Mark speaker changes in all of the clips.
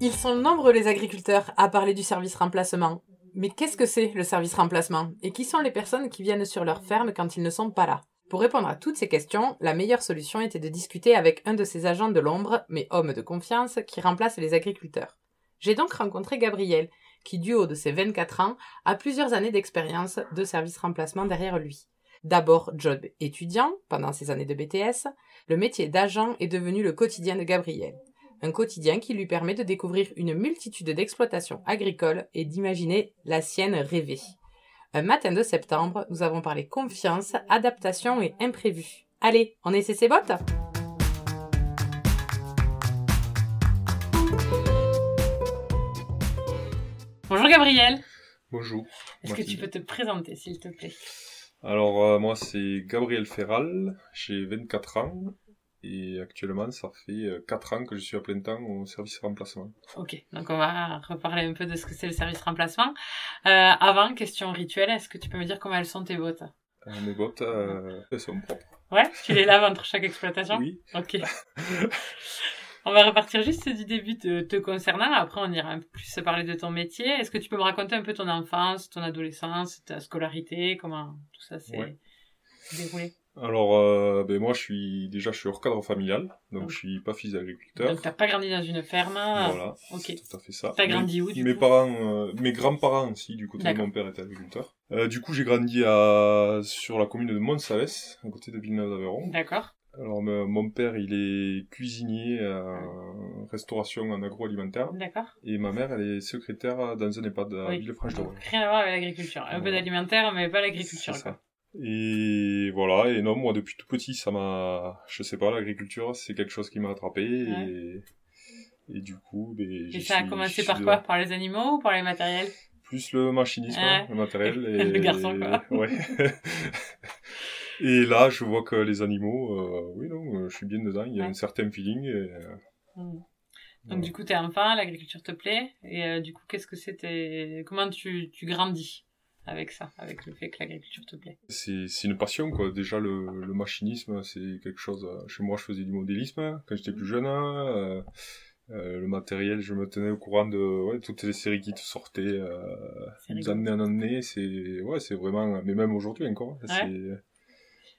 Speaker 1: Ils sont nombreux les agriculteurs à parler du service remplacement. Mais qu'est-ce que c'est le service remplacement Et qui sont les personnes qui viennent sur leur ferme quand ils ne sont pas là Pour répondre à toutes ces questions, la meilleure solution était de discuter avec un de ces agents de l'ombre, mais homme de confiance, qui remplace les agriculteurs. J'ai donc rencontré Gabriel, qui du haut de ses 24 ans a plusieurs années d'expérience de service remplacement derrière lui. D'abord job étudiant, pendant ses années de BTS, le métier d'agent est devenu le quotidien de Gabriel un quotidien qui lui permet de découvrir une multitude d'exploitations agricoles et d'imaginer la sienne rêvée. Un matin de septembre, nous avons parlé confiance, adaptation et imprévu. Allez, on essaie ses bottes
Speaker 2: Bonjour Gabriel,
Speaker 3: Bonjour.
Speaker 2: est-ce que tu peux te présenter s'il te plaît
Speaker 3: Alors, euh, moi, c'est Gabriel Ferral, j'ai 24 ans, et actuellement, ça fait 4 ans que je suis à plein temps au service remplacement.
Speaker 2: Ok, donc on va reparler un peu de ce que c'est le service remplacement. Euh, avant, question rituelle, est-ce que tu peux me dire comment elles sont tes bottes
Speaker 3: Euh, mes bottes, euh, elles sont propres.
Speaker 2: Ouais, tu les laves entre chaque exploitation
Speaker 3: Oui.
Speaker 2: Ok. On va repartir juste du début te, te concernant, après on ira un peu plus parler de ton métier. Est-ce que tu peux me raconter un peu ton enfance, ton adolescence, ta scolarité, comment tout ça s'est
Speaker 3: Ouais.
Speaker 2: déroulé
Speaker 3: Alors, euh, ben moi, je suis déjà je suis hors cadre familial, donc
Speaker 2: Ok.
Speaker 3: je suis pas fils d'agriculteur.
Speaker 2: Donc t'as pas grandi dans une ferme
Speaker 3: Voilà,
Speaker 2: ok.
Speaker 3: c'est tout à fait ça.
Speaker 2: T'as
Speaker 3: Mais-
Speaker 2: grandi où, du
Speaker 3: Mes
Speaker 2: coup
Speaker 3: parents, euh, mes grands-parents aussi, du côté de
Speaker 2: D'accord.
Speaker 3: mon père étaient agriculteurs. Euh, du coup, j'ai grandi à, sur la commune de Montsalès, à côté de Villeneuve-d'Aveyron.
Speaker 2: D'accord,
Speaker 3: Alors, me- mon père, il est cuisinier, euh, restauration en agroalimentaire.
Speaker 2: d'accord.
Speaker 3: Et ma mère, elle est secrétaire dans un EHPAD à
Speaker 2: Oui.
Speaker 3: Villefranche de
Speaker 2: Donc, rien à voir avec l'agriculture. Un peu
Speaker 3: Voilà.
Speaker 2: d'alimentaire, mais pas l'agriculture. quoi.
Speaker 3: Et voilà, et non, moi, depuis tout petit, ça m'a... Je sais pas, l'agriculture, c'est quelque chose qui m'a attrapé. Et... et du coup, ben,
Speaker 2: Et
Speaker 3: j'y
Speaker 2: ça a
Speaker 3: suis- j'y
Speaker 2: commencé
Speaker 3: suis
Speaker 2: par
Speaker 3: dedans.
Speaker 2: quoi Par les animaux ou par les matériels
Speaker 3: Plus le machinisme, hein,
Speaker 2: Ouais.
Speaker 3: le matériel. Et...
Speaker 2: Le garçon, quoi.
Speaker 3: Ouais. et là, je vois que les animaux, euh, oui, non, euh, je suis bien dedans. Il y a
Speaker 2: Ouais.
Speaker 3: un certain feeling. et, euh,
Speaker 2: Mm.
Speaker 3: voilà.
Speaker 2: Donc du coup, t'es enfant, l'agriculture te plaît. Et euh, du coup, qu'est-ce que c'était Comment tu, tu grandis avec ça, avec le fait que l'agriculture te plaît
Speaker 3: C'est c'est une passion, quoi. Déjà, le, le machinisme, c'est quelque chose. euh, Chez moi, je faisais du modélisme hein, quand j'étais plus jeune. hein, euh, euh, le matériel, je me tenais au courant de ouais, toutes les séries qui te sortaient euh,
Speaker 2: C'est rigolo.
Speaker 3: d'année en année. C'est ouais, c'est vraiment. Mais même aujourd'hui encore. c'est-
Speaker 2: Et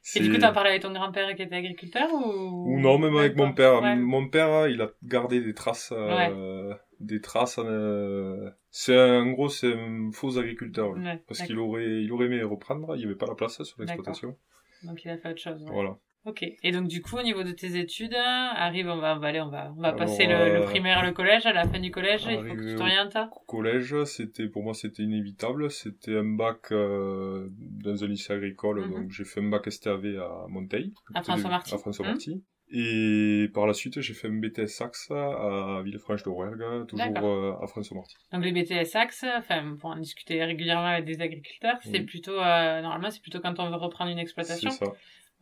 Speaker 3: c'est-
Speaker 2: du coup, t'en parlais avec ton grand-père qui était agriculteur ou
Speaker 3: Ou non, même avec mon père.
Speaker 2: Ouais.
Speaker 3: Mon père, hein, il a gardé des traces. euh, Des traces. euh, C'est un- en gros, c'est un faux agriculteur. lui.
Speaker 2: Ouais,
Speaker 3: Parce
Speaker 2: Mm. d'accord.
Speaker 3: qu'il aurait, il aurait aimé reprendre, il n'y avait pas la place hein, sur
Speaker 2: D'accord.
Speaker 3: l'exploitation.
Speaker 2: Donc il a fait autre chose. ouais.
Speaker 3: Voilà.
Speaker 2: Ok. Et donc du coup, au niveau de tes études, hein, arrive, on va, on va aller, on va, on va
Speaker 3: Alors,
Speaker 2: passer le, le
Speaker 3: euh,
Speaker 2: primaire, le collège. À la fin du collège, il faut que
Speaker 3: arrivé
Speaker 2: tu
Speaker 3: au-
Speaker 2: t'orientes. hein
Speaker 3: au collège, c'était pour moi c'était inévitable. C'était un bac euh, dans un lycée agricole,
Speaker 2: Mhm.
Speaker 3: donc j'ai fait un bac STAV à Monteil.
Speaker 2: À François Marty.
Speaker 3: À François
Speaker 2: Mhm.
Speaker 3: Marty. Et par la suite, j'ai fait un BTS Saxe à Villefranche-de-Rouergue, toujours
Speaker 2: D'accord.
Speaker 3: euh, à François Marty.
Speaker 2: Donc les BTS axes, enfin pour en discuter régulièrement avec des agriculteurs, c'est
Speaker 3: Oui.
Speaker 2: plutôt euh, normalement c'est plutôt quand on veut reprendre une
Speaker 3: C'est
Speaker 2: exploitation.
Speaker 3: ça.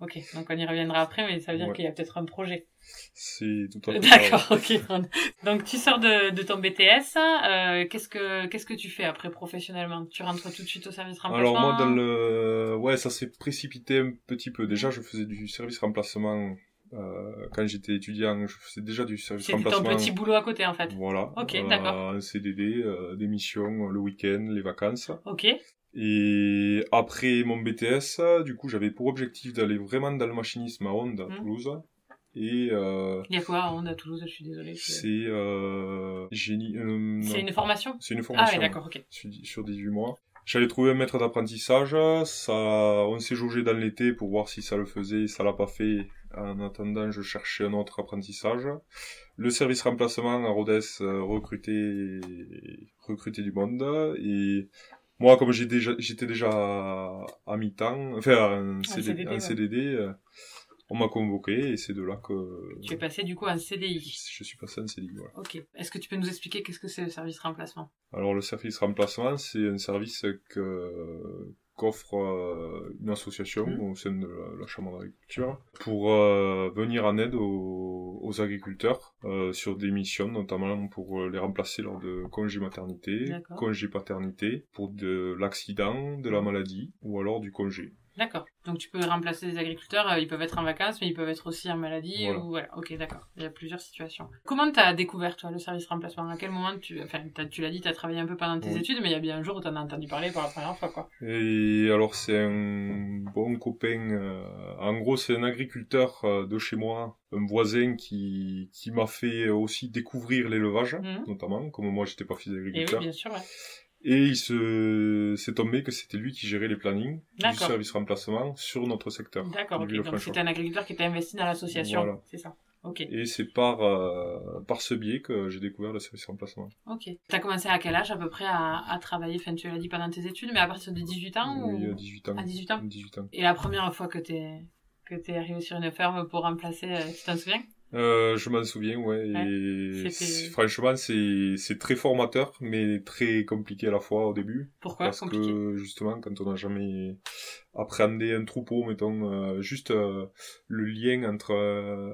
Speaker 2: Ok, donc on y reviendra après, mais ça veut dire
Speaker 3: Ouais.
Speaker 2: qu'il y a peut-être un projet.
Speaker 3: C'est tout à fait ça,
Speaker 2: D'accord, ok. Donc tu sors de, de ton BTS, euh, qu'est-ce que qu'est-ce que tu fais après professionnellement Tu rentres tout de suite au service remplacement
Speaker 3: Alors moi, dans le... ouais, ça s'est précipité un petit peu. Déjà, je faisais du service remplacement euh, quand j'étais étudiant. Je faisais déjà du service
Speaker 2: C'était ton
Speaker 3: remplacement.
Speaker 2: petit boulot à côté en fait.
Speaker 3: Voilà.
Speaker 2: Ok,
Speaker 3: euh,
Speaker 2: d'accord.
Speaker 3: Un CDD, euh, des missions, euh, le week-end, les vacances.
Speaker 2: Ok,
Speaker 3: Et après mon BTS, euh, du coup, j'avais pour objectif d'aller vraiment dans le machinisme à Honde, à
Speaker 2: Mhm.
Speaker 3: Toulouse. Et euh,
Speaker 2: il y a quoi On à Toulouse, je suis désolée. je-
Speaker 3: c'est euh, génie. euh, non.
Speaker 2: C'est une formation
Speaker 3: C'est une
Speaker 2: Ah
Speaker 3: formation
Speaker 2: ouais, d'accord, ok.
Speaker 3: sur dix- sur 18 mois. J'avais trouvé un maître d'apprentissage, ça, on s'est jaugé dans l'été pour voir si ça le faisait, ça l'a pas fait. En attendant, je cherchais un autre apprentissage. Le service remplacement à Rodez euh, recrutait, recrutait du monde et moi, comme j'ai déjà- j'étais déjà à, à mi-temps, enfin, en CDD,
Speaker 2: CDD, ouais.
Speaker 3: en CDD, euh, On m'a convoqué et c'est de là que
Speaker 2: Tu es passé du coup à un CDI.
Speaker 3: je suis passé en CDI. Voilà.
Speaker 2: Ok. Est-ce que tu peux nous expliquer qu'est-ce que c'est le service remplacement
Speaker 3: Alors le service remplacement, c'est un service que qu'offre euh, une association
Speaker 2: Mhm.
Speaker 3: au sein de la, la Chambre d'agriculture pour euh, venir en aide aux, aux agriculteurs euh, sur des missions, notamment pour euh, les remplacer lors de congés maternité,
Speaker 2: D'accord.
Speaker 3: congés paternité, pour de l'accident, de la maladie ou alors du congé.
Speaker 2: D'accord. Donc tu peux remplacer des agriculteurs, euh, ils peuvent être en vacances, mais ils peuvent être aussi en maladie
Speaker 3: Voilà.
Speaker 2: ou voilà. Ok, d'accord. Il y a plusieurs situations. Comment t'as découvert toi le service remplacement À quel moment tu, enfin, t'as- tu l'as dit, t'as travaillé un peu pendant tes
Speaker 3: Oui.
Speaker 2: études, mais il y a bien un jour où t'en as entendu parler pour la première fois, quoi.
Speaker 3: Et alors c'est un bon copain, euh, en gros c'est un agriculteur euh, de chez moi, un voisin qui, qui m'a fait aussi découvrir l'élevage,
Speaker 2: Mhm.
Speaker 3: notamment, comme moi j'étais pas fils
Speaker 2: Et
Speaker 3: d'agriculteur.
Speaker 2: Eh oui, bien sûr. ouais.
Speaker 3: Et il se s'est tombé que c'était lui qui gérait les plannings du
Speaker 2: D'accord.
Speaker 3: service remplacement sur notre secteur.
Speaker 2: D'accord.
Speaker 3: du
Speaker 2: Ok.
Speaker 3: Villefranche.
Speaker 2: Donc c'était un agriculteur qui était investi dans l'association.
Speaker 3: Voilà.
Speaker 2: C'est ça. Ok.
Speaker 3: Et c'est par euh, par ce biais que j'ai découvert le service remplacement.
Speaker 2: Ok. T'as commencé à quel âge à peu près à, à travailler Enfin, tu l'as dit pendant tes études, mais à partir de 18 ans
Speaker 3: oui, euh,
Speaker 2: ou...
Speaker 3: à 18 ans.
Speaker 2: À 18 ans
Speaker 3: 18 ans.
Speaker 2: Et la première fois que t'es que t'es arrivé sur une ferme pour remplacer, euh, tu t'en souviens
Speaker 3: Euh, je m'en souviens, ouais.
Speaker 2: Ouais,
Speaker 3: et
Speaker 2: c'était-
Speaker 3: c'est- franchement, c'est c'est très formateur, mais très compliqué à la fois au début.
Speaker 2: Pourquoi
Speaker 3: parce
Speaker 2: Compliqué.
Speaker 3: que justement, quand on n'a jamais appréhendé un troupeau, mettons, euh, juste euh, le lien entre euh,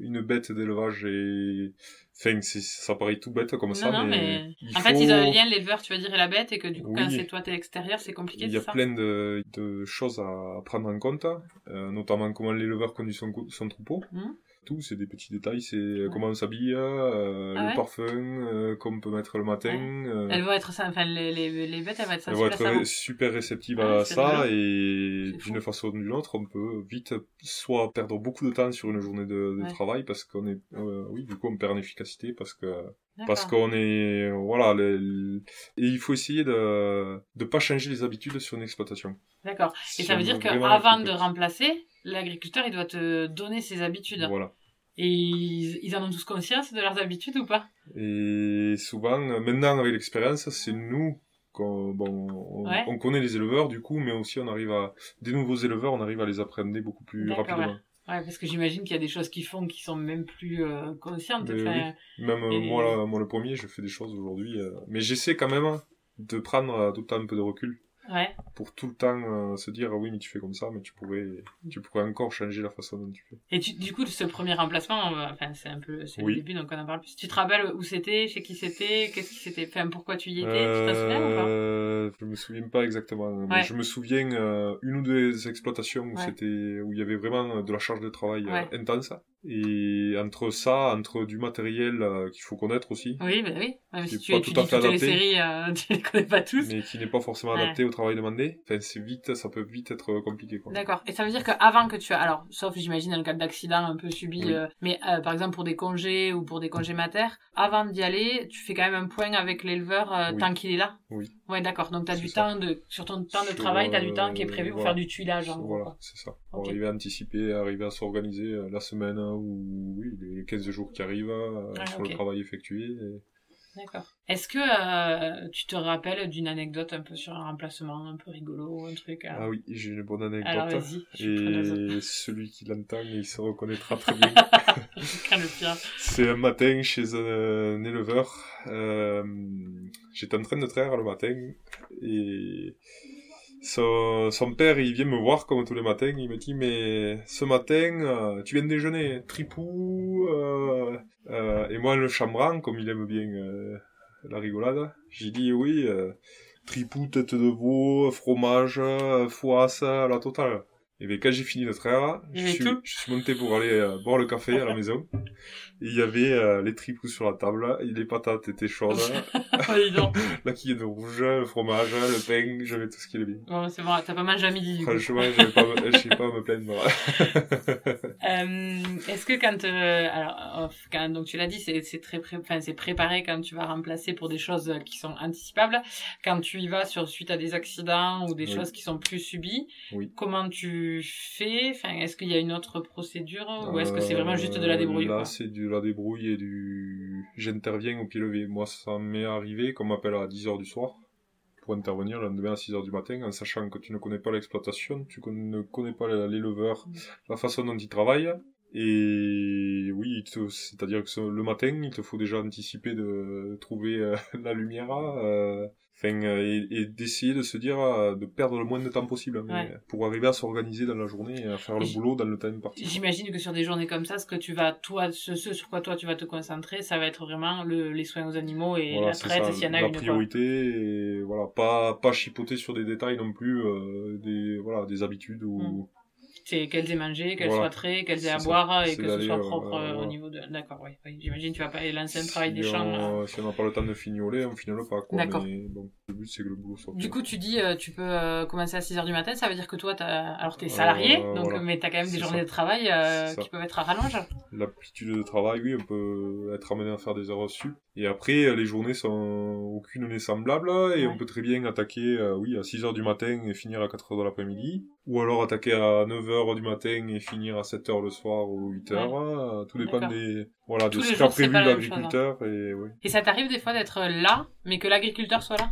Speaker 3: une bête d'élevage et... Enfin, c'est- ça paraît tout bête comme
Speaker 2: Non,
Speaker 3: ça,
Speaker 2: non,
Speaker 3: mais...
Speaker 2: mais...
Speaker 3: il
Speaker 2: En fait, ils ont
Speaker 3: faut-
Speaker 2: un lien, l'éleveur, tu veux dire, et la bête, et que du coup, quand
Speaker 3: Oui.
Speaker 2: c'est toi, t'es extérieur, c'est compliqué,
Speaker 3: Il y a
Speaker 2: c'est ça
Speaker 3: plein de, de choses à prendre en compte, euh, notamment comment l'éleveur conduit son, cou- son troupeau.
Speaker 2: Mhm.
Speaker 3: Tout, c'est des petits détails, c'est euh, comment on s'habille, euh,
Speaker 2: Ah
Speaker 3: le
Speaker 2: ouais
Speaker 3: parfum, euh, qu'on peut mettre le matin. euh,
Speaker 2: Elles vont être, sen- enfin, les, les, les bêtes, elles vont être
Speaker 3: Elle
Speaker 2: sensibles
Speaker 3: va
Speaker 2: à
Speaker 3: être
Speaker 2: ça.
Speaker 3: ré- super réceptive
Speaker 2: Ah,
Speaker 3: à
Speaker 2: c'est
Speaker 3: ça
Speaker 2: vrai.
Speaker 3: et
Speaker 2: C'est fou.
Speaker 3: d'une façon ou d'une autre, on peut vite soit perdre beaucoup de temps sur une journée de, de
Speaker 2: Ouais.
Speaker 3: travail parce qu'on est, euh, oui, du coup, on perd en efficacité parce que
Speaker 2: D'accord.
Speaker 3: parce qu'on est, voilà, le- le- et il faut essayer de de pas changer les habitudes sur une exploitation.
Speaker 2: D'accord. Et
Speaker 3: Si
Speaker 2: ça
Speaker 3: on
Speaker 2: veut dire
Speaker 3: veut vraiment
Speaker 2: qu'avant
Speaker 3: être
Speaker 2: de
Speaker 3: efficace.
Speaker 2: remplacer, l'agriculteur, il doit te donner ses habitudes.
Speaker 3: Voilà.
Speaker 2: Et ils, ils en ont tous conscience de leurs habitudes ou pas
Speaker 3: Et souvent, euh, maintenant avec l'expérience, c'est nous qu'on bon, on,
Speaker 2: Ouais.
Speaker 3: on connaît les éleveurs du coup, mais aussi on arrive à des nouveaux éleveurs, on arrive à les appréhender beaucoup plus
Speaker 2: D'accord,
Speaker 3: rapidement.
Speaker 2: Ouais, parce que j'imagine qu'il y a des choses qu'ils font qui sont même plus euh, conscientes.
Speaker 3: Mais
Speaker 2: enfin,
Speaker 3: Même euh,
Speaker 2: Et-
Speaker 3: moi, là, moi, le premier, je fais des choses aujourd'hui. euh, mais j'essaie quand même hein, de prendre euh, tout le temps un peu de recul
Speaker 2: Ouais.
Speaker 3: pour tout le temps euh, se dire ah oui mais tu fais comme ça mais tu pourrais tu pourrais encore changer la façon dont tu fais.
Speaker 2: Et tu- du coup, ce premier remplacement, on va- enfin, c'est un peu c'est
Speaker 3: Oui.
Speaker 2: le début, donc on en parle plus. Tu te rappelles où c'était, chez qui c'était, qu'est-ce qui c'était, enfin, pourquoi tu y étais, tu t'en souviens ou pas
Speaker 3: Euh, je me souviens pas exactement mais
Speaker 2: Ouais.
Speaker 3: je me souviens euh, une ou deux exploitations où
Speaker 2: Ouais.
Speaker 3: c'était où il y avait vraiment euh, de la charge de travail euh,
Speaker 2: Ouais.
Speaker 3: intense et entre ça entre du matériel euh, qu'il faut connaître aussi
Speaker 2: Oui, ben oui, même si
Speaker 3: C'est
Speaker 2: tu
Speaker 3: pas
Speaker 2: étudies
Speaker 3: tout à
Speaker 2: toutes
Speaker 3: fait
Speaker 2: les
Speaker 3: adapté.
Speaker 2: séries, euh, tu les connais pas tous.
Speaker 3: mais qui n'est pas forcément
Speaker 2: Ouais.
Speaker 3: adapté au travail demandé. Enfin c'est vite ça peut vite être euh, compliqué quoi.
Speaker 2: D'accord. Et ça veut dire qu'avant que tu as, alors, sauf j'imagine dans le cas d'accident un peu subi,
Speaker 3: Oui.
Speaker 2: euh, mais euh, par exemple pour des congés ou pour des congés mater, avant d'y aller, tu fais quand même un point avec l'éleveur euh,
Speaker 3: Oui.
Speaker 2: tant qu'il est là.
Speaker 3: Oui.
Speaker 2: Ouais, d'accord. Donc t'as
Speaker 3: C'est
Speaker 2: du
Speaker 3: ça.
Speaker 2: temps de, sur ton temps de
Speaker 3: Sur,
Speaker 2: travail, t'as du
Speaker 3: euh,
Speaker 2: temps qui est prévu pour
Speaker 3: voilà.
Speaker 2: faire du tuilage, en gros.
Speaker 3: Voilà,
Speaker 2: quoi.
Speaker 3: c'est ça. Pour
Speaker 2: Ok.
Speaker 3: arriver à anticiper, arriver à s'organiser euh, la semaine hein, ou oui, les 15 jours qui arrivent euh,
Speaker 2: Ah,
Speaker 3: sur
Speaker 2: ok.
Speaker 3: le travail effectué. et-
Speaker 2: D'accord. Est-ce que euh, tu te rappelles d'une anecdote un peu sur un remplacement un peu rigolo, un truc
Speaker 3: Ah
Speaker 2: euh,
Speaker 3: oui, j'ai une bonne
Speaker 2: Alors
Speaker 3: anecdote.
Speaker 2: vas-y, je suis preneuse.
Speaker 3: Et celui qui l'entend, il se reconnaîtra très bien.
Speaker 2: Je crains le pire.
Speaker 3: C'est un matin chez un éleveur. Euh, J'étais en train de traire le matin et son, son père il vient me voir comme tous les matins. Il me dit mais ce matin euh, tu viens de déjeuner tripou euh, euh, et moi le chambrant comme il aime bien euh, la rigolade. J'ai dit oui euh, tripou tête de veau fromage euh, foisse la totale. Et bien, quand j'ai fini de traire,
Speaker 2: Il
Speaker 3: je
Speaker 2: y avait
Speaker 3: suis,
Speaker 2: tout
Speaker 3: je suis monté pour aller euh, boire le café à la maison. Et Il y avait euh, les tripous sur la table, et les patates étaient chaudes,
Speaker 2: Oh, dis donc.
Speaker 3: la de rouge, le fromage, le pain, j'avais tout ce qu'il y avait.
Speaker 2: Bon, c'est bon, t'as pas mal jamais dit. du coup.
Speaker 3: Franchement, j'avais pas, me- je sais pas à me plaindre.
Speaker 2: Euh, Est-ce que quand, euh, alors, off, quand donc tu l'as dit, c'est c'est très, pré- enfin c'est préparé quand tu vas remplacer pour des choses euh, qui sont anticipables. Quand tu y vas sur suite à des accidents ou des
Speaker 3: Oui.
Speaker 2: choses qui sont plus subies,
Speaker 3: Oui.
Speaker 2: comment tu fais Enfin, est-ce qu'il y a une autre procédure ou est-ce que c'est vraiment juste de la débrouille
Speaker 3: Euh, Là,
Speaker 2: quoi
Speaker 3: c'est de la débrouille et du... J'interviens au pied levé. Moi, ça m'est arrivé qu'on m'appelle à 10h du soir. pour intervenir le lendemain à 6h du matin, en sachant que tu ne connais pas l'exploitation, tu con- ne connais pas l'éleveur,
Speaker 2: Mm.
Speaker 3: la façon dont il travaille. Et oui, il te- c'est-à-dire que ce- le matin, il te faut déjà anticiper de trouver euh, la lumière, euh, enfin, euh, et, et d'essayer de se dire euh, de perdre le moins de temps possible hein, mais pour arriver à s'organiser dans la journée et à faire le
Speaker 2: J-
Speaker 3: boulot dans le temps parti.
Speaker 2: J'imagine que sur des journées comme ça, ce que tu vas, toi, ce, ce sur quoi toi tu vas te concentrer, ça va être vraiment le, les soins aux animaux et
Speaker 3: Voilà,
Speaker 2: la
Speaker 3: c'est
Speaker 2: traite,
Speaker 3: ça,
Speaker 2: et s'il y en a
Speaker 3: la
Speaker 2: une. quoi.
Speaker 3: priorité et voilà pas pas chipoter sur des détails non plus euh, des voilà des habitudes ou
Speaker 2: C'est qu'elles aient mangé, qu'elles
Speaker 3: Voilà.
Speaker 2: soient traitées, qu'elles aient à
Speaker 3: C'est ça.
Speaker 2: boire et
Speaker 3: C'est
Speaker 2: que ce
Speaker 3: d'aller,
Speaker 2: soit
Speaker 3: euh,
Speaker 2: propre euh, au
Speaker 3: voilà.
Speaker 2: niveau de. D'accord, oui. oui. J'imagine que tu vas pas lancer Hmm. un
Speaker 3: si
Speaker 2: travail des champs. euh.
Speaker 3: on, si on n'a pas le temps de fignoler on fignole pas quoi
Speaker 2: D'accord.
Speaker 3: mais bon le but c'est que le boulot soit fait.
Speaker 2: Du coup, tu dis, euh, tu peux euh, commencer à 6h du matin, ça veut dire que toi, t'as... alors t'es salarié,
Speaker 3: Euh,
Speaker 2: donc,
Speaker 3: voilà.
Speaker 2: mais t'as quand même des
Speaker 3: C'est
Speaker 2: journées
Speaker 3: ça.
Speaker 2: de travail euh,
Speaker 3: C'est ça.
Speaker 2: qui peuvent être à rallonge.
Speaker 3: l'amplitude de travail oui on peut être amené à faire des heures sup et après les journées sont aucune n'est semblable et on
Speaker 2: Ouais.
Speaker 3: peut très bien attaquer euh, oui à 6 heures du matin et finir à 4 heures de l'après-midi ou alors attaquer à 9 heures du matin et finir à 7 heures le soir ou 8 heures euh, tout dépend
Speaker 2: D'accord.
Speaker 3: des voilà de
Speaker 2: Tous
Speaker 3: ce
Speaker 2: les
Speaker 3: qu'a
Speaker 2: jours, c'est
Speaker 3: prévu
Speaker 2: pas la même chose, hein.
Speaker 3: l'agriculteur et oui
Speaker 2: Et ça t'arrive des fois d'être là, mais que l'agriculteur soit là.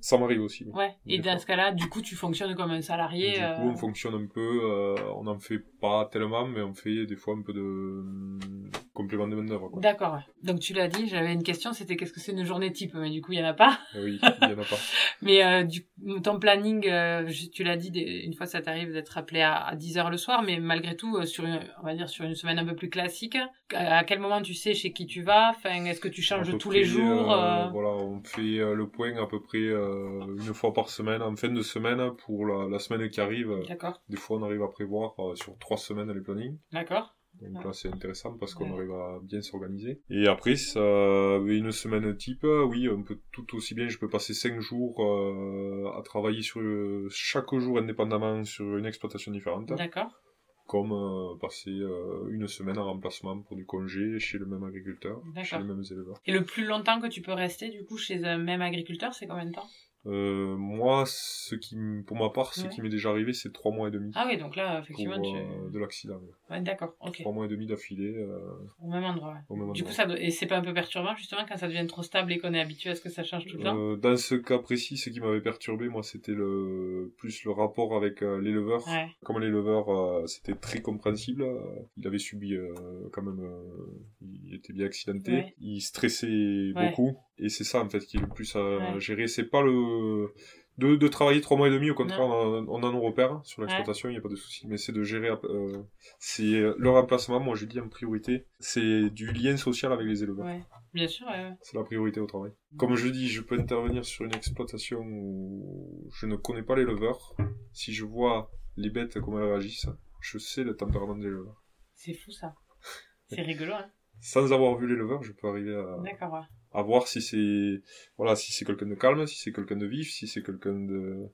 Speaker 3: ça m'arrive aussi oui.
Speaker 2: Ouais. Et
Speaker 3: Des fois.
Speaker 2: dans ce cas-là, du coup, tu fonctionnes comme un salarié.
Speaker 3: Du coup,
Speaker 2: euh,
Speaker 3: on fonctionne un peu, euh, on n'en fait pas tellement, mais on fait des fois un peu de euh, complément de main-d'œuvre. quoi.
Speaker 2: D'accord. ouais. Donc tu l'as dit, j'avais une question, c'était qu'est-ce que c'est une journée type Mais du coup, il y en a pas.
Speaker 3: Eh Oui, il n'y en a pas.
Speaker 2: Mais euh, du, ton planning, euh, je- tu l'as dit, des- une fois ça t'arrive d'être appelé à, à 10h le soir, mais malgré tout, euh, sur une, on va dire sur une semaine un peu plus classique, à à quel moment tu sais chez qui tu vas Enfin, est-ce que tu
Speaker 3: À
Speaker 2: changes
Speaker 3: peu
Speaker 2: tous les
Speaker 3: près,
Speaker 2: jours
Speaker 3: euh,
Speaker 2: euh,
Speaker 3: Voilà, on fait euh, le point à peu près euh, une fois par semaine, en fin de semaine, pour la, la semaine qui arrive.
Speaker 2: D'accord,
Speaker 3: Des fois, on arrive à prévoir euh, sur trois semaines les plannings.
Speaker 2: d'accord.
Speaker 3: Donc
Speaker 2: Ouais.
Speaker 3: là, c'est intéressant parce qu'on
Speaker 2: Ouais.
Speaker 3: arrive à bien s'organiser. Et après, ça, euh, une semaine type, euh, oui, on peut tout aussi bien. Je peux passer cinq jours euh, à travailler sur euh, chaque jour indépendamment sur une exploitation différente,
Speaker 2: D'accord.
Speaker 3: comme euh, passer euh, une semaine en remplacement pour du congé chez le même agriculteur, chez
Speaker 2: D'accord.
Speaker 3: les mêmes éleveurs.
Speaker 2: Et le plus longtemps que tu peux rester du coup chez un même agriculteur, c'est combien de temps
Speaker 3: Euh, moi, ce qui, m- pour ma part, ce
Speaker 2: Ouais.
Speaker 3: qui m'est déjà arrivé, c'est trois mois et demi
Speaker 2: Ah oui, donc là,
Speaker 3: pour
Speaker 2: effectivement, tu...
Speaker 3: euh, de l'accident.
Speaker 2: Ouais, d'accord, ok.
Speaker 3: Trois mois et demi d'affilée euh,
Speaker 2: Au même endroit. ouais.
Speaker 3: au même
Speaker 2: Du
Speaker 3: endroit.
Speaker 2: coup, ça doit- et c'est pas un peu perturbant justement quand ça devient trop stable et qu'on est habitué à ce que ça change tout le temps
Speaker 3: Euh, dans ce cas précis, ce qui m'avait perturbé, moi, c'était le plus le rapport avec euh, l'éleveur.
Speaker 2: Ouais.
Speaker 3: Comme l'éleveur, euh, c'était très compréhensible. euh, il avait subi euh, quand même, euh, il était bien accidenté.
Speaker 2: Ouais.
Speaker 3: Il stressait
Speaker 2: Ouais.
Speaker 3: beaucoup, et c'est ça en fait qui est le plus à
Speaker 2: Ouais.
Speaker 3: gérer. C'est pas le de, de travailler trois mois et demi, au contraire, on, en- on en repère sur l'exploitation, il n'y a pas de souci, mais c'est de gérer. euh, c'est euh, le remplacement, moi je dis en priorité, c'est du lien social avec les éleveurs.
Speaker 2: Ouais. Bien sûr, ouais, ouais.
Speaker 3: C'est la priorité au travail.
Speaker 2: Mm.
Speaker 3: Comme je dis, je peux intervenir sur une exploitation où je ne connais pas l'éleveur. Si je vois les bêtes, comment elles réagissent, je sais le tempérament de l'éleveur.
Speaker 2: C'est fou ça. C'est rigolo, hein
Speaker 3: Sans avoir vu l'éleveur, je peux arriver à,
Speaker 2: D'accord, ouais.
Speaker 3: à voir si c'est voilà, si c'est quelqu'un de calme, si c'est quelqu'un de vif, si c'est quelqu'un de...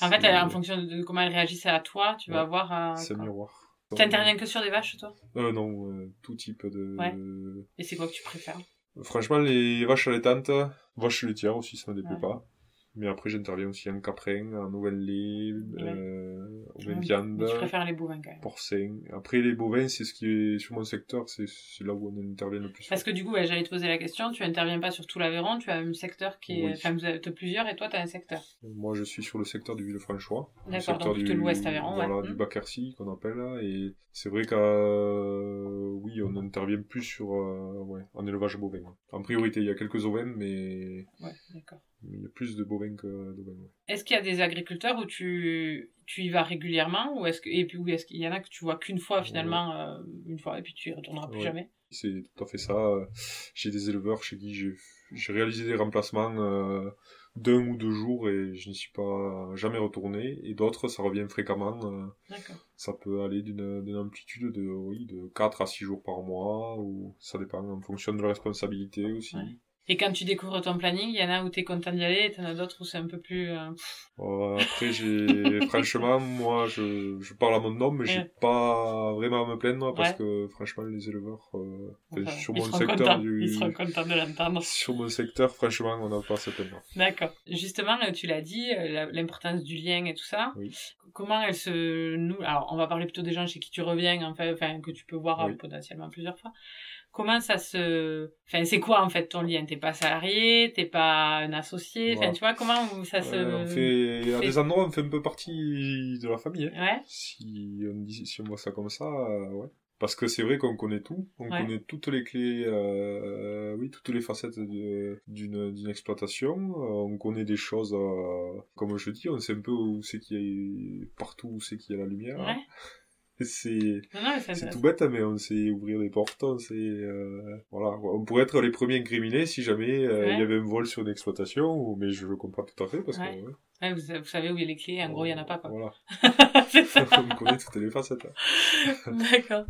Speaker 2: En fait,
Speaker 3: c'est-
Speaker 2: en fonction de comment elle réagissait à toi, tu vas
Speaker 3: Ouais.
Speaker 2: voir. euh,
Speaker 3: C'est un
Speaker 2: quoi.
Speaker 3: miroir.
Speaker 2: T'interviens que sur des vaches, toi
Speaker 3: Euh, non, euh, tout type de...
Speaker 2: Et c'est quoi que tu préfères
Speaker 3: Franchement, les vaches allaitantes, vaches laitières aussi, ça me déplaît
Speaker 2: Ouais.
Speaker 3: pas. Mais après, j'interviens aussi en caprin, en nouvelle lait,
Speaker 2: Ouais.
Speaker 3: euh, au vin
Speaker 2: Ouais,
Speaker 3: viande,
Speaker 2: Mais tu préfères les bovins quand même.
Speaker 3: porcin. Après, les bovins, c'est ce qui est sur mon secteur, c'est c'est là où on intervient le plus.
Speaker 2: Parce que du coup, ouais, j'allais te poser la question, tu interviens pas sur tout l'Aveyron, tu as un secteur qui est.
Speaker 3: Oui.
Speaker 2: Enfin, vous avez t'as plusieurs et toi, t'as un secteur.
Speaker 3: Moi, je suis sur le secteur du Villefranchois. le
Speaker 2: D'accord,
Speaker 3: secteur
Speaker 2: donc plutôt l'ouest Aveyron, ouais.
Speaker 3: Voilà,
Speaker 2: Mhm.
Speaker 3: du bac Ercy, qu'on appelle. là. Et c'est vrai qu'à. euh, Oui, on intervient plus sur. euh, ouais, en élevage bovin. En priorité, il y a quelques ovins, mais
Speaker 2: Ouais, d'accord.
Speaker 3: il y a plus de bovins que d'ovins. ouais.
Speaker 2: Est-ce qu'il y a des agriculteurs où tu, tu y vas régulièrement ou est-ce que et puis où est-ce qu'il y en a que tu vois qu'une fois finalement euh, une fois et puis tu y retourneras plus
Speaker 3: Ouais.
Speaker 2: jamais
Speaker 3: C'est tout à fait ça. Euh, J'ai des éleveurs chez qui j'ai j'ai réalisé des remplacements euh, d'un ou deux jours et je n'y suis pas jamais retourné. Et d'autres, ça revient fréquemment. euh,
Speaker 2: D'accord.
Speaker 3: Ça peut aller d'une d'une amplitude de, oui, de 4 à 6 jours par mois, ou ça dépend en fonction de la responsabilité aussi.
Speaker 2: Ouais. Et quand tu découvres ton planning, il y en a où t'es content d'y aller, et t'en as d'autres où c'est un peu plus. euh,
Speaker 3: Euh, après, j'ai franchement, moi, je, je parle à mon nom, mais j'ai
Speaker 2: Ouais.
Speaker 3: pas vraiment à me plaindre parce
Speaker 2: Ouais.
Speaker 3: que franchement, les éleveurs, euh, enfin,
Speaker 2: enfin,
Speaker 3: sur
Speaker 2: ils
Speaker 3: mon
Speaker 2: seront
Speaker 3: secteur
Speaker 2: contents,
Speaker 3: du-
Speaker 2: Ils seront contents de l'entendre.
Speaker 3: sur mon secteur, franchement, on n'a pas à se plaindre.
Speaker 2: D'accord. Justement, euh, tu l'as dit, euh, la- l'importance du lien et tout ça.
Speaker 3: Oui.
Speaker 2: Comment elle se noue Alors, on va parler plutôt des gens chez qui tu reviens, en fait, enfin, que tu peux voir euh,
Speaker 3: Oui.
Speaker 2: potentiellement plusieurs fois. Comment ça se. Enfin, c'est quoi, en fait, ton lien T'es pas salarié, t'es pas un associé. Enfin,
Speaker 3: Voilà.
Speaker 2: tu vois comment vous- ça se.
Speaker 3: Bah, Ouais, Euh, on fait, à
Speaker 2: fait-
Speaker 3: des endroits, on fait un peu partie de la famille. hein.
Speaker 2: Ouais.
Speaker 3: Si, on dit, si on voit ça comme ça, euh, ouais. Parce que c'est vrai qu'on connaît tout, on
Speaker 2: Ouais.
Speaker 3: connaît toutes les clés, euh, oui, toutes les facettes de- d'une d'une exploitation, euh, on connaît des choses, euh, comme je dis, on sait un peu où c'est qu'il y a, partout où c'est qu'il y a la lumière.
Speaker 2: Ouais.
Speaker 3: C'est
Speaker 2: Non, non, mais ça
Speaker 3: c'est tout
Speaker 2: intéressant.
Speaker 3: bête, hein, mais on sait ouvrir des portes, on sait, euh, voilà, on pourrait être les premiers incriminés si jamais euh, il
Speaker 2: Ouais.
Speaker 3: y avait un vol sur une exploitation, ou- mais je le comprends tout à fait parce
Speaker 2: Ouais.
Speaker 3: que. ouais,
Speaker 2: Ouais, vous, vous savez où il y a les clés, en gros, il y en a pas, quoi.
Speaker 3: Voilà,
Speaker 2: C'est ça.
Speaker 3: on connaît toutes les facettes. hein.
Speaker 2: D'accord.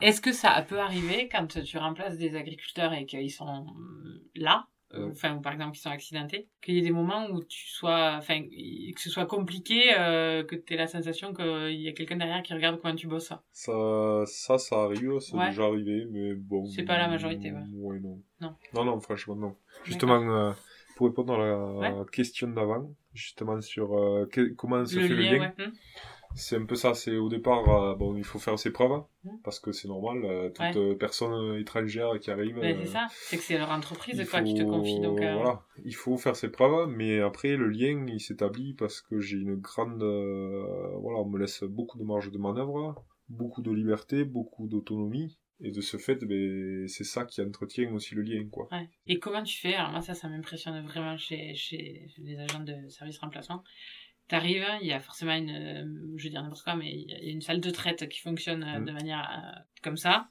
Speaker 2: Est-ce que ça peut arriver quand tu remplaces des agriculteurs et qu'ils sont euh, là, euh,
Speaker 3: Ouais.
Speaker 2: enfin, ou par exemple qu'ils sont accidentés, qu'il y ait des moments où tu sois, enfin, y- que ce soit compliqué, euh, que tu aies la sensation qu'il y a quelqu'un derrière qui regarde comment tu bosses ça
Speaker 3: Ça, ça, ça arrive, c'est
Speaker 2: Ouais.
Speaker 3: déjà arrivé, mais bon.
Speaker 2: C'est pas la majorité, ouais.
Speaker 3: Ouais, non.
Speaker 2: Non.
Speaker 3: non, non, franchement, non. Justement, euh, pour répondre à la question d'avant, justement sur euh, que- comment se
Speaker 2: Le
Speaker 3: fait
Speaker 2: lien,
Speaker 3: le lien,
Speaker 2: ouais. Hmm.
Speaker 3: c'est un peu ça. C'est au départ, euh, bon, il faut faire ses preuves, hein,
Speaker 2: Mm.
Speaker 3: parce que c'est normal. euh, toute
Speaker 2: Ouais.
Speaker 3: euh, personne étrangère qui arrive.
Speaker 2: Ben,
Speaker 3: euh,
Speaker 2: c'est ça, c'est que c'est leur entreprise
Speaker 3: il
Speaker 2: quoi, qui te
Speaker 3: faut-
Speaker 2: confie. Donc, euh,
Speaker 3: voilà, il faut faire ses preuves, mais après le lien il s'établit parce que j'ai une grande, euh, voilà, on me laisse beaucoup de marge de manœuvre, beaucoup de liberté, beaucoup d'autonomie, et de ce fait, ben, c'est ça qui entretient aussi le lien, quoi.
Speaker 2: Ouais. Et comment tu fais Alors moi, ça, ça m'impressionne vraiment chez, chez les agents de service remplacement. T'arrives, il y a forcément une, euh, je veux dire n'importe quoi, mais il y a une salle de traite qui fonctionne euh,
Speaker 3: Mm.
Speaker 2: de manière euh, comme ça.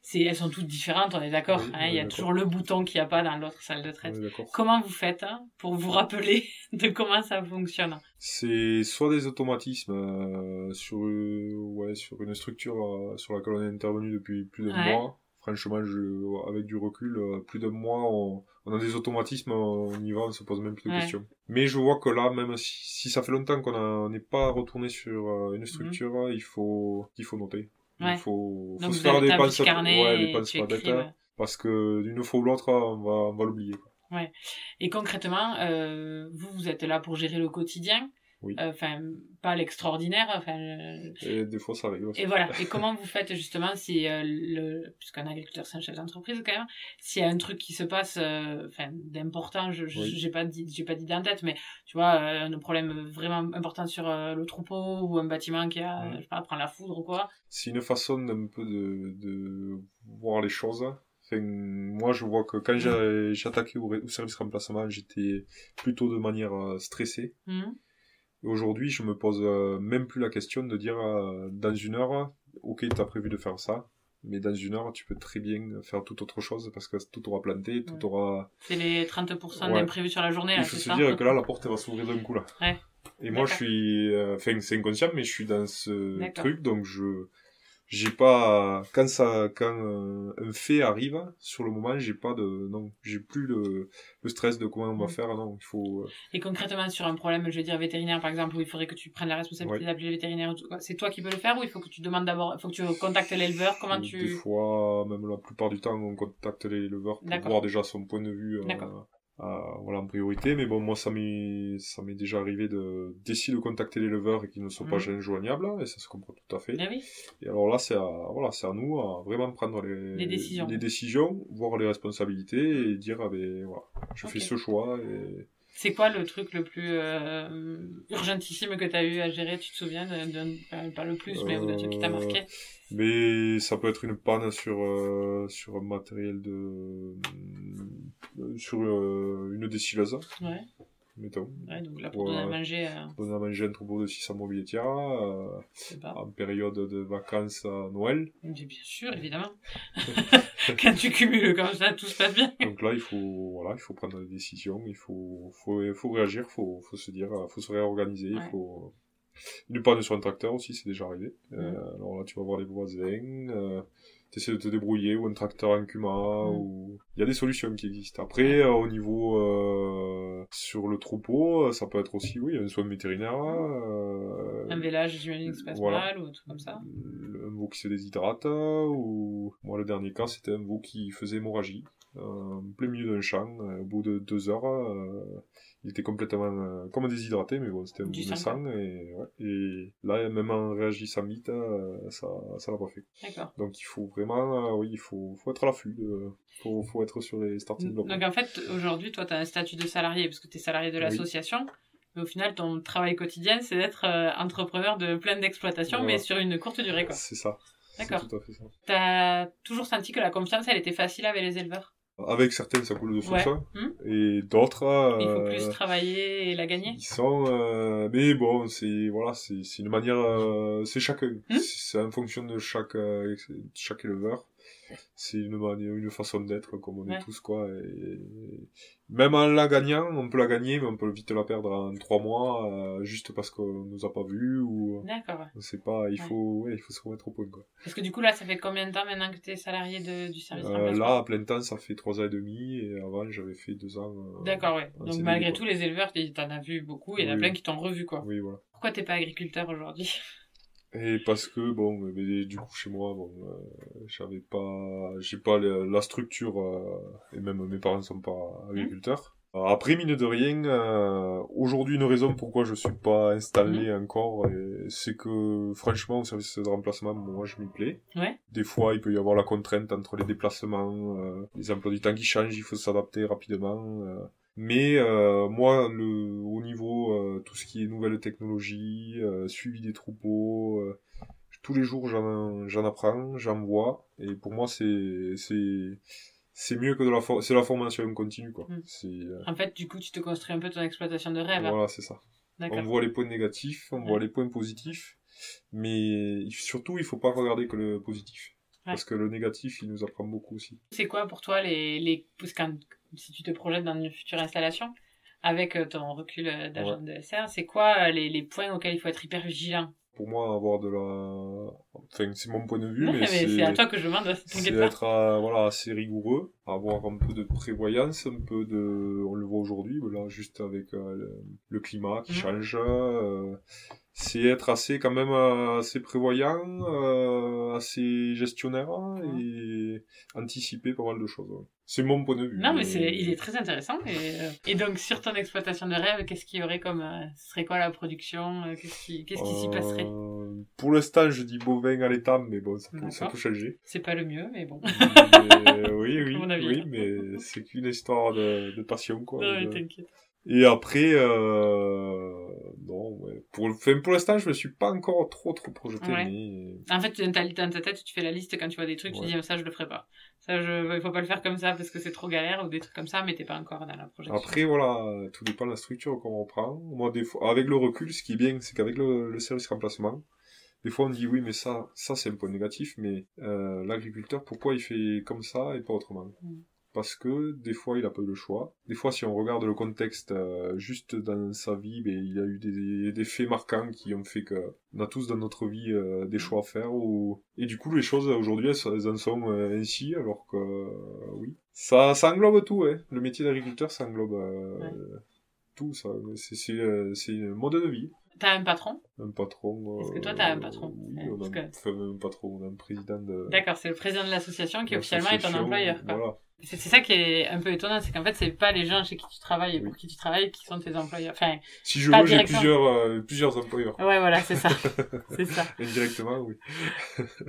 Speaker 2: C'est, elles sont toutes différentes, on est d'accord.
Speaker 3: Oui,
Speaker 2: hein,
Speaker 3: on
Speaker 2: il
Speaker 3: est
Speaker 2: y a
Speaker 3: d'accord.
Speaker 2: toujours le bouton qu'il n'y a pas dans l'autre salle de traite.
Speaker 3: On est d'accord.
Speaker 2: Comment vous faites hein, pour vous rappeler de comment ça fonctionne
Speaker 3: C'est soit des automatismes euh, sur, euh, ouais, sur une structure euh, sur laquelle on est intervenu depuis plus d'un
Speaker 2: Ouais.
Speaker 3: mois. Franchement, je, avec du recul, euh, plus d'un mois, on, on a des automatismes, on y va, on se pose même plus de
Speaker 2: Ouais.
Speaker 3: questions. Mais je vois que là, même si, si ça fait longtemps qu'on a- on n'est pas retourné sur euh, une structure, il, faut, il faut noter.
Speaker 2: Mhm. Ouais.
Speaker 3: Il faut, faut
Speaker 2: Donc
Speaker 3: se
Speaker 2: vous
Speaker 3: faire
Speaker 2: avez
Speaker 3: des
Speaker 2: ta
Speaker 3: penses
Speaker 2: petite carnet
Speaker 3: ouais, des
Speaker 2: et
Speaker 3: penses
Speaker 2: tu
Speaker 3: pas
Speaker 2: écris,
Speaker 3: bêtes, hein,
Speaker 2: ouais.
Speaker 3: parce que d'une fois ou l'autre, on va, on va l'oublier. quoi.
Speaker 2: Et concrètement, euh, vous, vous êtes là pour gérer le quotidien.
Speaker 3: Oui.
Speaker 2: Euh, Enfin, pas l'extraordinaire. Enfin, euh,
Speaker 3: Et des fois, ça arrive. aussi.
Speaker 2: Et voilà. Et comment vous faites justement si euh, le puisqu'un agriculteur c'est un chef d'entreprise quand même, s'il y a un truc qui se passe, euh, enfin d'important, je je-
Speaker 3: Oui.
Speaker 2: j'ai pas dit j'ai pas dit en tête, mais tu vois euh, un problème vraiment important sur euh, le troupeau ou un bâtiment qui a,
Speaker 3: Mm.
Speaker 2: je sais pas, prend la foudre ou quoi.
Speaker 3: c'est une façon d'un peu de, de voir les choses. Enfin, moi, je vois que quand j'ai j'ai attaqué au, ré- au service remplacement, j'étais plutôt de manière euh, stressée.
Speaker 2: Mhm.
Speaker 3: Et aujourd'hui, je me pose euh, même plus la question de dire euh, dans une heure, ok, t'as prévu de faire ça, mais dans une heure, tu peux très bien faire tout autre chose parce que tout aura planté, tout
Speaker 2: Ouais.
Speaker 3: aura.
Speaker 2: C'est les 30%
Speaker 3: Ouais.
Speaker 2: d'imprévus sur la journée. là,
Speaker 3: Il faut
Speaker 2: c'est
Speaker 3: se
Speaker 2: ça
Speaker 3: dire que là, la porte elle va s'ouvrir d'un coup là.
Speaker 2: Ouais.
Speaker 3: Et moi, je
Speaker 2: D'accord.
Speaker 3: suis, euh, enfin, c'est inconscient, mais je suis dans ce
Speaker 2: D'accord.
Speaker 3: truc, donc je, j'ai pas, quand ça, quand euh, un fait arrive, sur le moment, j'ai pas de, non, j'ai plus le, le stress de comment on va
Speaker 2: Mm.
Speaker 3: faire, non, il faut, euh,
Speaker 2: Et concrètement sur un problème, je veux dire vétérinaire par exemple, où il faudrait que tu prennes la responsabilité
Speaker 3: Ouais.
Speaker 2: d'appeler le vétérinaire, ou tout, quoi, c'est toi qui peux le faire ou il faut que tu demandes d'abord, il faut que tu contactes l'éleveur, comment
Speaker 3: euh, des
Speaker 2: tu
Speaker 3: fois, même la plupart du temps, on contacte l'éleveur pour
Speaker 2: D'accord.
Speaker 3: voir déjà son point de vue, euh,
Speaker 2: D'accord.
Speaker 3: euh, voilà, en priorité, mais bon, moi, ça m'est, ça m'est déjà arrivé de, d'essayer de contacter l'éleveur et qu'il ne soit pas
Speaker 2: Mm.
Speaker 3: joignable, et ça se comprend tout à fait.
Speaker 2: Ah oui.
Speaker 3: Et alors là, c'est à, voilà, c'est à nous à vraiment prendre les,
Speaker 2: Les décisions.
Speaker 3: les décisions, voir les responsabilités et dire, ah ben voilà, je
Speaker 2: Ok.
Speaker 3: fais ce choix. Et...
Speaker 2: C'est quoi le truc le plus euh, urgentissime que tu as eu à gérer Tu te souviens de, de- enfin, pas le plus, mais ou d'un truc qui t'a
Speaker 3: Euh,
Speaker 2: marqué
Speaker 3: Mais ça peut être une panne sur, euh, sur un matériel de. euh, sur euh, une distilleuse,
Speaker 2: ouais.
Speaker 3: mettons.
Speaker 2: ouais, donc là, pour donner à
Speaker 3: Ouais.
Speaker 2: manger, euh,
Speaker 3: On a mangé un troupeau de 600 mobilières euh,
Speaker 2: je sais pas.
Speaker 3: en période de vacances à Noël.
Speaker 2: Mais bien sûr, évidemment. Quand tu cumules comme ça, tout se passe bien.
Speaker 3: Donc là, il faut, voilà, il faut prendre des décisions, il faut, faut, faut réagir, il faut, faut se dire, euh, faut se réorganiser, il
Speaker 2: Ouais.
Speaker 3: faut... Une panne sur un tracteur aussi, c'est déjà arrivé. Euh,
Speaker 2: Mhm.
Speaker 3: alors là, tu vas voir les voisins, euh, t'essaies de te débrouiller, ou un tracteur en cuma,
Speaker 2: Mm.
Speaker 3: ou... Il y a des solutions qui existent. Après, euh, au niveau euh, sur le troupeau, euh, ça peut être aussi, oui, un soin vétérinaire, euh,
Speaker 2: Un village, j'imagine que se passe
Speaker 3: Voilà.
Speaker 2: mal ou un truc comme ça.
Speaker 3: le- un veau qui se déshydrate, euh, ou moi le dernier cas c'était un veau qui faisait hémorragie. euh, en plein milieu d'un champ. Euh, Au bout de deux heures, euh, il était complètement euh, comme déshydraté, mais bon, c'était un
Speaker 2: Du
Speaker 3: bout de
Speaker 2: sang,
Speaker 3: sang. Et, ouais. et là, même en réagissant vite, euh, ça ça l'a pas fait.
Speaker 2: D'accord.
Speaker 3: Donc il faut vraiment, euh, oui, il faut, faut être à l'affût. Il faut, faut être sur les starting blocks.
Speaker 2: Donc en fait, aujourd'hui, toi, tu as un statut de salarié parce que tu es salarié de
Speaker 3: Oui.
Speaker 2: l'association. Mais au final, ton travail quotidien, c'est d'être euh, entrepreneur de plein d'exploitations,
Speaker 3: Voilà.
Speaker 2: mais sur une courte durée. quoi.
Speaker 3: C'est ça. C'est
Speaker 2: D'accord.
Speaker 3: tout à fait ça.
Speaker 2: Tu as toujours senti que la confiance, elle était facile avec les éleveurs.
Speaker 3: Avec certains, ça coule de source.
Speaker 2: Ouais.
Speaker 3: hein.
Speaker 2: Hmm.
Speaker 3: Et d'autres.
Speaker 2: Il faut
Speaker 3: euh,
Speaker 2: plus travailler et la gagner.
Speaker 3: Ils sont, euh, mais bon, c'est voilà, c'est c'est une manière, euh, c'est chacun,
Speaker 2: Hmm.
Speaker 3: c'est en fonction de chaque euh, ex- de chaque éleveur, c'est une manière, une façon d'être comme on
Speaker 2: Ouais.
Speaker 3: est tous quoi. Et même en la gagnant, on peut la gagner, mais on peut vite la perdre en trois mois, euh, juste parce qu'on nous a pas vus ou
Speaker 2: D'accord.
Speaker 3: on sait pas. Il
Speaker 2: Ouais.
Speaker 3: faut, ouais, il faut se remettre au point quoi.
Speaker 2: Parce que du coup, là, ça fait combien de temps maintenant que tu es salarié de- du service
Speaker 3: Euh,
Speaker 2: remplacement
Speaker 3: là, à plein temps, ça fait trois ans et demi, et avant j'avais fait deux ans. euh,
Speaker 2: D'accord, ouais.
Speaker 3: en
Speaker 2: Donc
Speaker 3: CDI,
Speaker 2: malgré
Speaker 3: quoi.
Speaker 2: tout, les éleveurs, tu en as vu beaucoup, il y en a
Speaker 3: Oui,
Speaker 2: plein
Speaker 3: oui.
Speaker 2: qui t'ont revu, quoi.
Speaker 3: Oui voilà.
Speaker 2: Pourquoi t'es pas agriculteur aujourd'hui
Speaker 3: Et parce que bon, euh, mais du coup chez moi, bon, euh, j'avais pas, j'ai pas le- la structure euh, et même mes parents sont pas agriculteurs. Euh, Après mine de rien, euh, aujourd'hui une raison pourquoi je suis pas installé encore, euh, c'est que franchement au service de remplacement, moi je m'y plais.
Speaker 2: Ouais.
Speaker 3: Des fois il peut y avoir la contrainte entre les déplacements, euh, les emplois du temps qui changent, il faut s'adapter rapidement. euh, mais euh, moi, le, au niveau euh, tout ce qui est nouvelles technologies, euh, suivi des troupeaux, euh, tous les jours j'en j'en apprends, j'en vois, et pour moi c'est c'est c'est mieux que de la for- c'est la formation continue quoi.
Speaker 2: Mm.
Speaker 3: C'est euh,
Speaker 2: En fait, du coup, tu te construis un peu ton exploitation de rêve. hein.
Speaker 3: voilà c'est ça. On
Speaker 2: D'accord.
Speaker 3: voit les points négatifs, on voit les points positifs, mais il- surtout il faut pas regarder que le positif.
Speaker 2: Ouais.
Speaker 3: Parce que le négatif, il nous apprend beaucoup aussi.
Speaker 2: C'est quoi pour toi les, les... Parce que si tu te projettes dans une future installation, avec euh, ton recul euh, d'agent de SR, c'est quoi euh, les, les points auxquels il faut être hyper vigilant
Speaker 3: Pour moi, avoir de la... Enfin, c'est mon point de vue,
Speaker 2: Non,
Speaker 3: mais,
Speaker 2: mais
Speaker 3: c'est...
Speaker 2: c'est à toi que je demande,
Speaker 3: c'est
Speaker 2: t'inquiète pas.
Speaker 3: être euh, voilà assez rigoureux avoir un peu de prévoyance un peu de on le voit aujourd'hui voilà juste avec euh, le, le climat qui
Speaker 2: Mhm.
Speaker 3: change euh, c'est être assez quand même euh, assez prévoyant euh, assez gestionnaire hein,
Speaker 2: Mhm.
Speaker 3: et anticiper pas mal de choses ouais. c'est mon point de vue
Speaker 2: Non, mais c'est, il est très intéressant. Et, euh, et donc, sur ton exploitation de rêve, qu'est-ce qu'il y aurait comme. euh, ce serait quoi la production euh, Qu'est-ce qui, qu'est-ce qui s'y passerait
Speaker 3: Euh, pour l'instant je dis bovin à l'état mais bon ça peut, ça
Speaker 2: D'accord.
Speaker 3: peut changer
Speaker 2: C'est pas le mieux, mais bon.
Speaker 3: Mais, oui oui
Speaker 2: À mon avis.
Speaker 3: oui mais c'est qu'une histoire de, de passion quoi
Speaker 2: Non, mais
Speaker 3: de-
Speaker 2: t'inquiète.
Speaker 3: Et après, euh... non, ouais. Pour, le- enfin, pour l'instant, je me suis pas encore trop trop projeté,
Speaker 2: Ouais.
Speaker 3: mais
Speaker 2: En fait, tu as dans ta tête, tu fais la liste quand tu vois des trucs, tu
Speaker 3: Ouais.
Speaker 2: dis Ah, ça, je le ferai pas. Ça, je, il faut pas le faire comme ça parce que c'est trop galère ou des trucs comme ça, mais t'es pas encore dans la projection.
Speaker 3: après, voilà, tout dépend de la structure qu'on reprend. Moi, des fois, avec le recul, ce qui est bien, c'est qu'avec le, le service remplacement, des fois, on dit oui, mais ça, ça c'est un point négatif, mais euh, l'agriculteur, pourquoi il fait comme ça et pas autrement
Speaker 2: Mm.
Speaker 3: Parce que des fois, il a pas eu le choix. Des fois, si on regarde le contexte euh, juste dans sa vie, ben, il y a eu des, des faits marquants qui ont fait que on a tous dans notre vie euh, des choix à faire. Ou... Et du coup, les choses aujourd'hui, elles, sont- elles en sont euh, ainsi, alors que euh, oui. Ça, ça englobe tout, hein. le métier d'agriculteur, ça englobe euh,
Speaker 2: Ouais.
Speaker 3: tout. ça. C'est- C'est euh, c'est un mode de vie.
Speaker 2: T'as un patron
Speaker 3: Un patron.
Speaker 2: Est-ce que
Speaker 3: euh,
Speaker 2: toi, t'as un patron
Speaker 3: Oui,
Speaker 2: Euh,
Speaker 3: on a
Speaker 2: parce que-
Speaker 3: enfin, un patron, on a un président de.
Speaker 2: D'accord, c'est le président de l'association qui officiellement est ton
Speaker 3: l'association,
Speaker 2: employeur. Quoi.
Speaker 3: Voilà.
Speaker 2: C'est c'est ça qui est un peu étonnant, c'est qu'en fait, c'est pas les gens chez qui tu travailles et pour
Speaker 3: Oui.
Speaker 2: qui tu travailles qui sont tes employeurs. Enfin,
Speaker 3: Si je
Speaker 2: Pas
Speaker 3: veux, j'ai
Speaker 2: directement.
Speaker 3: plusieurs, euh, plusieurs employeurs.
Speaker 2: ouais, voilà, c'est ça. c'est ça.
Speaker 3: Indirectement, oui.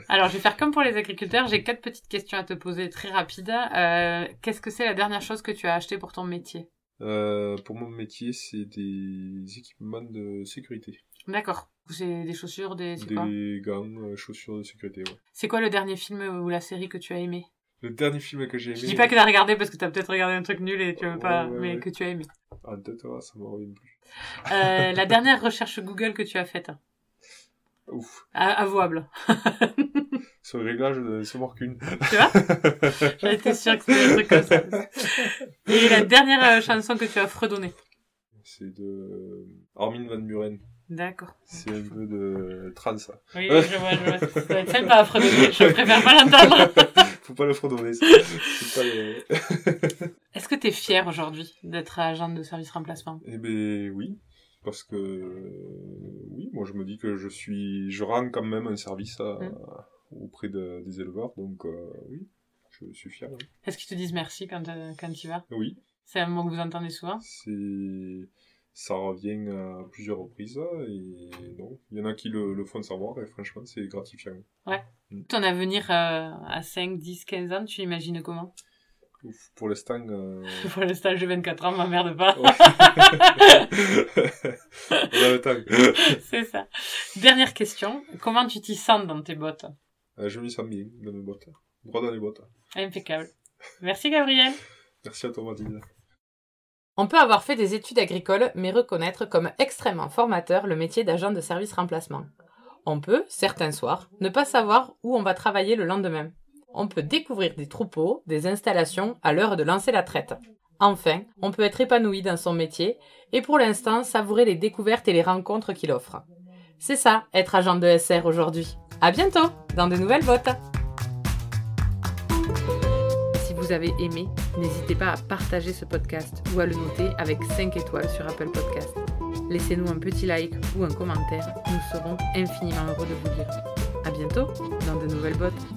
Speaker 2: Alors, je vais faire comme pour les agriculteurs. J'ai quatre petites questions à te poser, très rapides. Euh, Qu'est-ce que c'est la dernière chose que tu as acheté pour ton métier
Speaker 3: Euh, pour mon métier, c'est des équipements de sécurité.
Speaker 2: D'accord. C'est des chaussures, des... c'est quoi
Speaker 3: Des gants, euh, chaussures de sécurité, ouais.
Speaker 2: C'est quoi le dernier film ou la série que tu as aimé
Speaker 3: Le dernier film que j'ai aimé.
Speaker 2: Je dis pas que t'as regardé parce que t'as peut-être regardé un truc nul et tu veux
Speaker 3: Ouais,
Speaker 2: pas,
Speaker 3: ouais,
Speaker 2: mais
Speaker 3: ouais.
Speaker 2: que tu as aimé.
Speaker 3: En tête, ouais, ça me revient plus.
Speaker 2: Euh, la dernière recherche Google que tu as faite, hein.
Speaker 3: Ouf.
Speaker 2: A- avouable.
Speaker 3: Ce réglage, je se mort qu'une.
Speaker 2: Tu vois J'en étais sûre que c'était un truc comme ça. Et la dernière euh, chanson que tu as fredonnée.
Speaker 3: C'est de euh, Armin Van Buren.
Speaker 2: D'accord.
Speaker 3: C'est un peu de trans. ça.
Speaker 2: Oui, je vois, je vois. Ça doit être sympa à fredonner. Je préfère pas l'entendre.
Speaker 3: Faut pas le fredonner. ça. C'est pas le...
Speaker 2: Est-ce que tu es fier aujourd'hui d'être agent de service remplacement
Speaker 3: Eh ben oui, parce que euh, oui, moi je me dis que je suis, je rends quand même un service à-
Speaker 2: Mm.
Speaker 3: auprès de- des éleveurs, donc euh, oui, Je suis fier. hein.
Speaker 2: Est-ce qu'ils te disent merci quand, euh, quand tu y vas
Speaker 3: Oui.
Speaker 2: C'est un mot que vous entendez souvent.
Speaker 3: C'est ça revient à plusieurs reprises et non, il y en a qui le, le font savoir et franchement c'est gratifiant.
Speaker 2: Ton avenir euh, à 5, 10, 15 ans, tu l'imagines comment
Speaker 3: Ouf, Pour l'instant, euh,
Speaker 2: Pour le stage de 24 ans, m'emmerde pas.
Speaker 3: on a le temps.
Speaker 2: C'est ça. Dernière question. Comment tu t'y sens dans tes bottes
Speaker 3: Euh, Je me sens bien dans mes bottes, droit dans les bottes.
Speaker 2: Impeccable. Merci Gabriel.
Speaker 3: Merci à toi Mathilde.
Speaker 1: On peut avoir fait des études agricoles, mais reconnaître comme extrêmement formateur le métier d'agent de service remplacement. On peut, certains soirs, ne pas savoir où on va travailler le lendemain. On peut découvrir des troupeaux, des installations à l'heure de lancer la traite. Enfin, on peut être épanoui dans son métier et pour l'instant savourer les découvertes et les rencontres qu'il offre. C'est ça, être agent de SR aujourd'hui. À bientôt dans de nouvelles bottes.
Speaker 4: Si vous avez aimé, n'hésitez pas à partager ce podcast ou à le noter avec 5 étoiles sur Apple Podcast. Laissez-nous un petit like ou un commentaire, nous serons infiniment heureux de vous lire. À bientôt dans de nouvelles bottes.